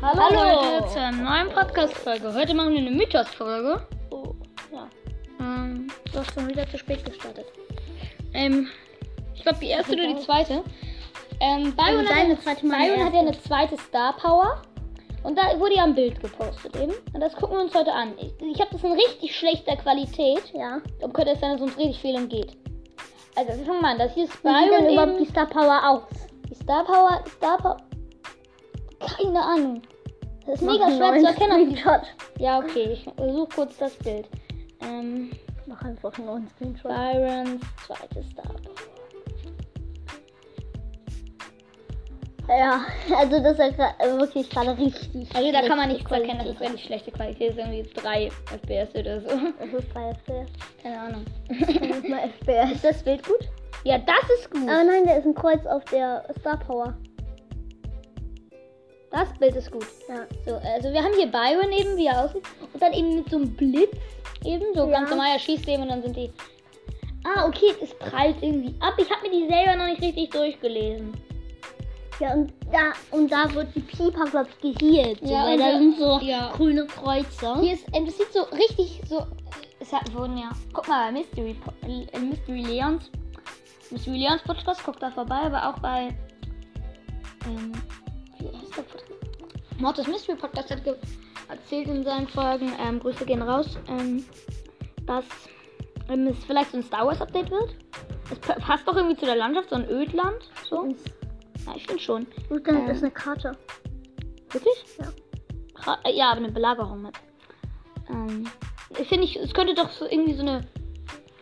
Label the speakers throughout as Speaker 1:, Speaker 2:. Speaker 1: Hallo,
Speaker 2: Hallo
Speaker 1: Leute.
Speaker 2: zu einer neuen Podcast-Folge. Heute machen wir eine Mythos-Folge.
Speaker 1: Oh, ja.
Speaker 2: Ähm, du hast schon wieder zu spät gestartet. Ähm, ich glaube die erste oder die zweite. Ähm, Bion,
Speaker 1: Genau. Also
Speaker 2: hat,
Speaker 1: deine
Speaker 2: ja-
Speaker 1: zweite, meine
Speaker 2: Bion hat
Speaker 1: erste.
Speaker 2: ja eine zweite Star Power. Und da wurde ja ein Bild gepostet eben. Und das gucken wir uns heute an. Ich, ich habe das in richtig schlechter Qualität.
Speaker 1: Ja.
Speaker 2: Darum könnte es sein, dass uns richtig viel entgeht. Also wir fangen mal an. Das hier ist
Speaker 1: Wie sieht
Speaker 2: Bion
Speaker 1: denn überhaupt die
Speaker 2: eben.
Speaker 1: Star Power aus?
Speaker 2: Die Star Power, Star Power. Keine Ahnung. Das ist mega
Speaker 1: Mach einen
Speaker 2: schwer
Speaker 1: neuen
Speaker 2: zu erkennen. auf die-
Speaker 1: Screenshot.
Speaker 2: Ja, okay, ich suche kurz das Bild. Ähm,
Speaker 1: Mach einfach einen neuen Screenshot.
Speaker 2: Byrons zweite Star.
Speaker 1: Ja, also das ist ja gra- äh, wirklich gerade richtig.
Speaker 2: Also da kann man nichts
Speaker 1: schlechte
Speaker 2: erkennen, das ist
Speaker 1: Qualität.
Speaker 2: wirklich schlechte Qualität, das ist irgendwie 3 FPS oder so.
Speaker 1: Das ist bei FPS.
Speaker 2: Keine Ahnung.
Speaker 1: Das ist mal FPS. Ist das Bild gut?
Speaker 2: Ja, das ist gut.
Speaker 1: Ah nein, da ist ein Kreuz auf der Star Power.
Speaker 2: Das Bild ist gut.
Speaker 1: Ja.
Speaker 2: So, also wir haben hier Byron eben, wie er aussieht. Und dann eben mit so einem Blitz eben, so
Speaker 1: Ja.
Speaker 2: ganz normal, er schießt eben und dann sind die... Ah, okay, es prallt irgendwie ab. Ich habe mir die selber noch nicht richtig durchgelesen.
Speaker 1: Ja, und da, und da wird die Pieper, glaube ich, gehealt.
Speaker 2: Ja,
Speaker 1: so, weil
Speaker 2: und
Speaker 1: da
Speaker 2: da-
Speaker 1: sind so
Speaker 2: ja.
Speaker 1: grüne Kreuze.
Speaker 2: Hier ist, ähm, das sieht so richtig so. äh, Es hat, wurden ja. Guck mal bei Mystery, Po- äh, Mystery Leons. Mystery Leons Podcast, guck da vorbei, aber auch bei. Ähm, wie heißt der Podcast? Mortis Mystery Podcast hat ge- erzählt in seinen Folgen, ähm, Grüße gehen raus, ähm, dass ähm, es vielleicht so ein Star Wars Update wird. Es pa- passt doch irgendwie zu der Landschaft, so ein Ödland.
Speaker 1: Mhm.
Speaker 2: So. Ja, ich finde schon.
Speaker 1: Und dann
Speaker 2: Ähm.
Speaker 1: ist eine Karte.
Speaker 2: Wirklich?
Speaker 1: Ja.
Speaker 2: Ra- äh, Ja, aber eine Belagerung mit. Ähm, ich finde, ich, es könnte doch so irgendwie so eine,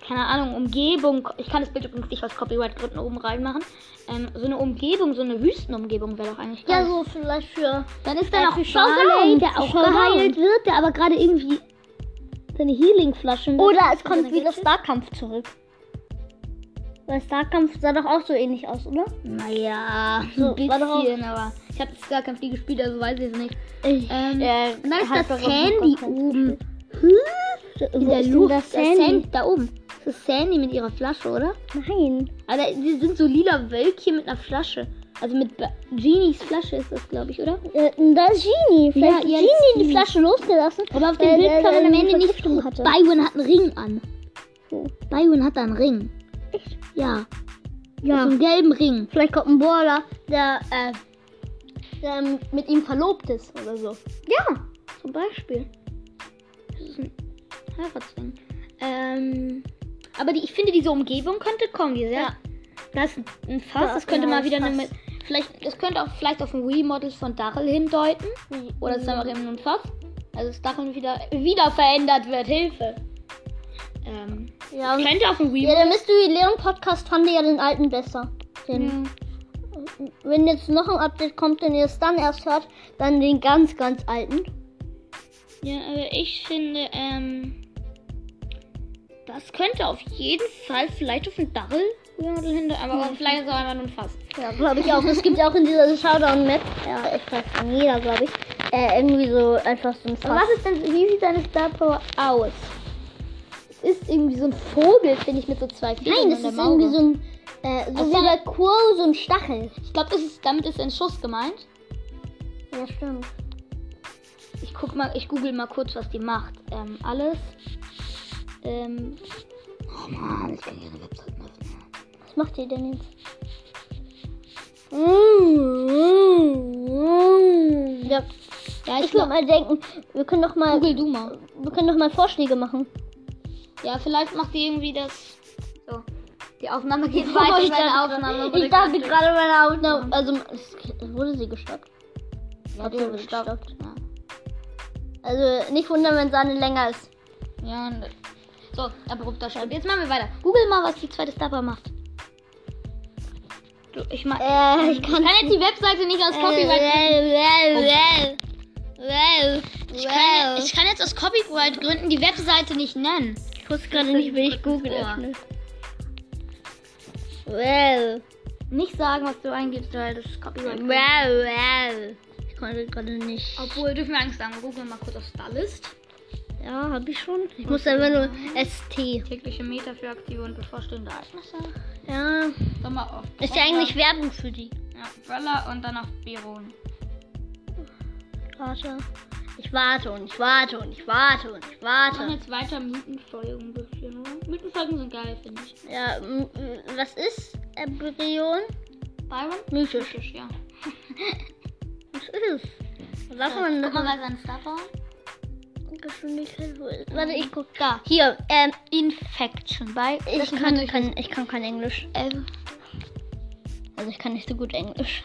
Speaker 2: keine Ahnung, Umgebung. Ich kann das Bild übrigens nicht aus Copyright-Gründen oben reinmachen. Ähm, so eine Umgebung, so eine Wüstenumgebung wäre doch eigentlich geil.
Speaker 1: Ja, so vielleicht für
Speaker 2: dann ist
Speaker 1: Dann
Speaker 2: da
Speaker 1: auch
Speaker 2: noch
Speaker 1: für
Speaker 2: Shazam,
Speaker 1: Charlie, der auch geheilt
Speaker 2: geheilt.
Speaker 1: wird, der aber gerade irgendwie seine Healing-Flaschen.
Speaker 2: Oder es kommt wieder
Speaker 1: Starkampf zurück. Weil Starkampf sah doch auch so ähnlich aus, oder?
Speaker 2: Naja,
Speaker 1: So,
Speaker 2: so ein
Speaker 1: war doch auch-
Speaker 2: bisschen, aber ich habe gar kein viel gespielt, also weiß ich es nicht.
Speaker 1: Ich,
Speaker 2: Ähm,
Speaker 1: äh,
Speaker 2: und dann ist das
Speaker 1: hab doch auch
Speaker 2: Handy
Speaker 1: gar kein
Speaker 2: oben.
Speaker 1: In der Luft.
Speaker 2: Das Sandy da oben. Das ist Sandy mit ihrer Flasche, oder?
Speaker 1: Nein.
Speaker 2: Aber sie sind so lila Wölkchen mit einer Flasche. Also mit Ba- Genies Flasche ist das, glaube ich, oder?
Speaker 1: Äh, da ist Genie. Vielleicht
Speaker 2: ja,
Speaker 1: hat Genie
Speaker 2: das
Speaker 1: die
Speaker 2: Genie.
Speaker 1: Flasche losgelassen.
Speaker 2: Aber auf
Speaker 1: Äh,
Speaker 2: dem Bild kann
Speaker 1: der-
Speaker 2: man
Speaker 1: der
Speaker 2: am
Speaker 1: eine
Speaker 2: Ende nicht.
Speaker 1: Vergiftung hatte.
Speaker 2: Byron hat einen Ring an.
Speaker 1: Wo?
Speaker 2: Byron hat da einen Ring.
Speaker 1: Echt?
Speaker 2: Ja.
Speaker 1: Ja.
Speaker 2: So einen gelben Ring.
Speaker 1: Vielleicht kommt ein Brawler, der, äh, der
Speaker 2: ähm,
Speaker 1: mit ihm verlobt ist oder so.
Speaker 2: Ja, zum Beispiel. Das ist ein Heiratsring. Ähm, aber die, ich finde, diese Umgebung könnte kommen. Diese,
Speaker 1: Ja.
Speaker 2: Da ist ein- ein Fass,
Speaker 1: Ja,
Speaker 2: das könnte
Speaker 1: genau,
Speaker 2: mal wieder eine.
Speaker 1: Fass.
Speaker 2: Vielleicht, das könnte auch vielleicht auf ein Remodels von Dachel hindeuten.
Speaker 1: äh,
Speaker 2: Oder
Speaker 1: Mhm.
Speaker 2: es ist einfach eben ein Fass. Also das Dachel wieder, wieder verändert wird. Hilfe. Ähm,
Speaker 1: Ja, und
Speaker 2: könnte auf ein
Speaker 1: Ja, der
Speaker 2: Remodel.
Speaker 1: Mystery Leon Podcast fand ja den alten besser.
Speaker 2: Hm.
Speaker 1: Den, Wenn jetzt noch ein Update kommt und ihr es dann erst hört, dann den ganz, ganz alten.
Speaker 2: Ja, aber ich finde, ähm, das könnte auf jeden Fall vielleicht auf ein Dachel Remodel hin, aber vielleicht ist es auch einfach nur ein Fass.
Speaker 1: Ja, glaube ich auch. Es gibt auch in dieser Showdown-Map, ja, ich weiß von jeder, glaube ich, äh, irgendwie so einfach so ein Fass.
Speaker 2: ist denn, wie sieht deine Star Power aus? Es ist irgendwie so ein Vogel, finde ich, mit so zwei Federn.
Speaker 1: Nein, das ist irgendwie so ein, äh, so
Speaker 2: Ach,
Speaker 1: wie
Speaker 2: sorry.
Speaker 1: der Quo, so ein Stachel.
Speaker 2: Ich glaube, das ist, damit ist ein Schuss gemeint.
Speaker 1: Ja, stimmt.
Speaker 2: Ich guck mal, ich google mal kurz, was die macht. Ähm, alles. Ähm. Oh Mann, ich kann ihre Website öffnen.
Speaker 1: Was macht ihr denn jetzt? Ja,
Speaker 2: Ja, ich
Speaker 1: mm, ich würde
Speaker 2: glaube,
Speaker 1: mal denken, wir können doch mal,
Speaker 2: google du mal.
Speaker 1: wir können doch mal Vorschläge machen.
Speaker 2: Ja, vielleicht macht die irgendwie das. So. Die Aufnahme geht
Speaker 1: Oh,
Speaker 2: weiter.
Speaker 1: ich
Speaker 2: meine
Speaker 1: dachte-
Speaker 2: Aufnahme wurde
Speaker 1: Ich dachte
Speaker 2: gestoppt.
Speaker 1: gerade meine Aufnahme. Also es wurde sie gestoppt.
Speaker 2: Ja,
Speaker 1: Hat
Speaker 2: die
Speaker 1: sie
Speaker 2: wurde
Speaker 1: gestoppt.
Speaker 2: gestoppt. Ja.
Speaker 1: Also nicht wundern, wenn Sahne länger ist.
Speaker 2: Ja, und- so, abrupter Schalt. Jetzt machen wir weiter. Google mal, was die zweite Stapper macht. Du, ich, mach,
Speaker 1: Äh,
Speaker 2: ich Äh, kann jetzt die Webseite nicht aus Copyright.
Speaker 1: well, well,
Speaker 2: Ich kann, ich kann jetzt aus Copyright-Gründen die Webseite nicht nennen.
Speaker 1: ich wusste gerade nicht, wie ich Google
Speaker 2: Ohr.
Speaker 1: öffne. Well,
Speaker 2: Nicht sagen, was du eingibst, weil das ist Copyright.
Speaker 1: well, well. Ich konnte gerade nicht.
Speaker 2: Obwohl, dürfen wir Angst haben. Google mal kurz auf Starlist.
Speaker 1: Ja, habe ich schon. Ich muss einfach nur ST.
Speaker 2: Tägliche Meter für aktive und bevorstehende Ereignisse.
Speaker 1: Ja.
Speaker 2: Dann mal auf.
Speaker 1: Ist ja eigentlich Werbung für die.
Speaker 2: Ja, Brella und dann auf Biron.
Speaker 1: warte. Ich warte und ich warte und ich warte und ich
Speaker 2: Wir machen
Speaker 1: warte.
Speaker 2: jetzt weiter Mythenfolgen durchführen. oder? Mythenfolgen sind geil, finde ich.
Speaker 1: Ja, m- m- was ist Embryon?
Speaker 2: Byron?
Speaker 1: Mythisch.
Speaker 2: ja.
Speaker 1: Was ist es? ne? Darf
Speaker 2: So,
Speaker 1: man
Speaker 2: guck mal
Speaker 1: nochmal
Speaker 2: bei seinem Starpower.
Speaker 1: Geschwindigkeit? Wo ist? Warte, ich guck.
Speaker 2: Da.
Speaker 1: Hier, ähm,
Speaker 2: Infection bei.
Speaker 1: ich kann, kein, ich kann kein Englisch. Äh,
Speaker 2: Ähm,
Speaker 1: Also ich kann nicht so gut Englisch.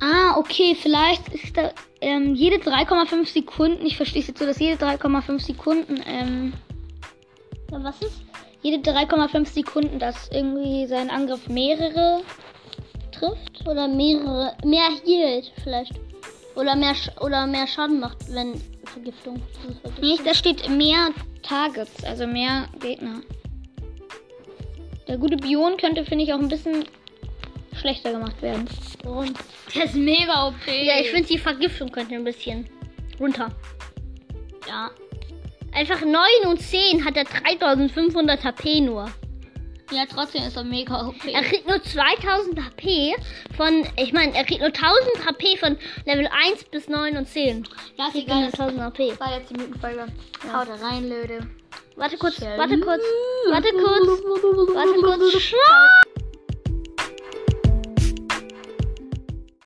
Speaker 2: ah, okay, vielleicht ist da ähm, jede 3,5 Sekunden. Ich verstehe es jetzt so, dass jede 3,5 Sekunden. Ähm,
Speaker 1: Ja, was ist?
Speaker 2: jede 3,5 Sekunden, dass irgendwie sein Angriff mehrere
Speaker 1: Trifft oder mehrere, mehr healt vielleicht. Oder mehr, Sch- oder mehr Schaden macht, wenn Vergiftung. Das ist Vergiftung.
Speaker 2: Nee, da steht mehr Targets, also mehr Gegner. Der gute Bion könnte, finde ich, auch ein bisschen schlechter gemacht werden.
Speaker 1: Warum?
Speaker 2: Der ist mega OP.
Speaker 1: Ja, ich finde die Vergiftung könnte ein bisschen runter.
Speaker 2: Ja.
Speaker 1: Einfach 9 und 10 hat er 3500 HP nur.
Speaker 2: ja, trotzdem ist er mega OP.
Speaker 1: Er kriegt nur 2000 HP von, ich meine, er kriegt nur 1000 HP von Level 1 bis 9 und 10.
Speaker 2: Ja, ist
Speaker 1: Kriegt er nur 1000 HP.
Speaker 2: war jetzt die Mythenfolge. Haut rein, Löde.
Speaker 1: Warte kurz, warte kurz, warte kurz, warte kurz. Schau!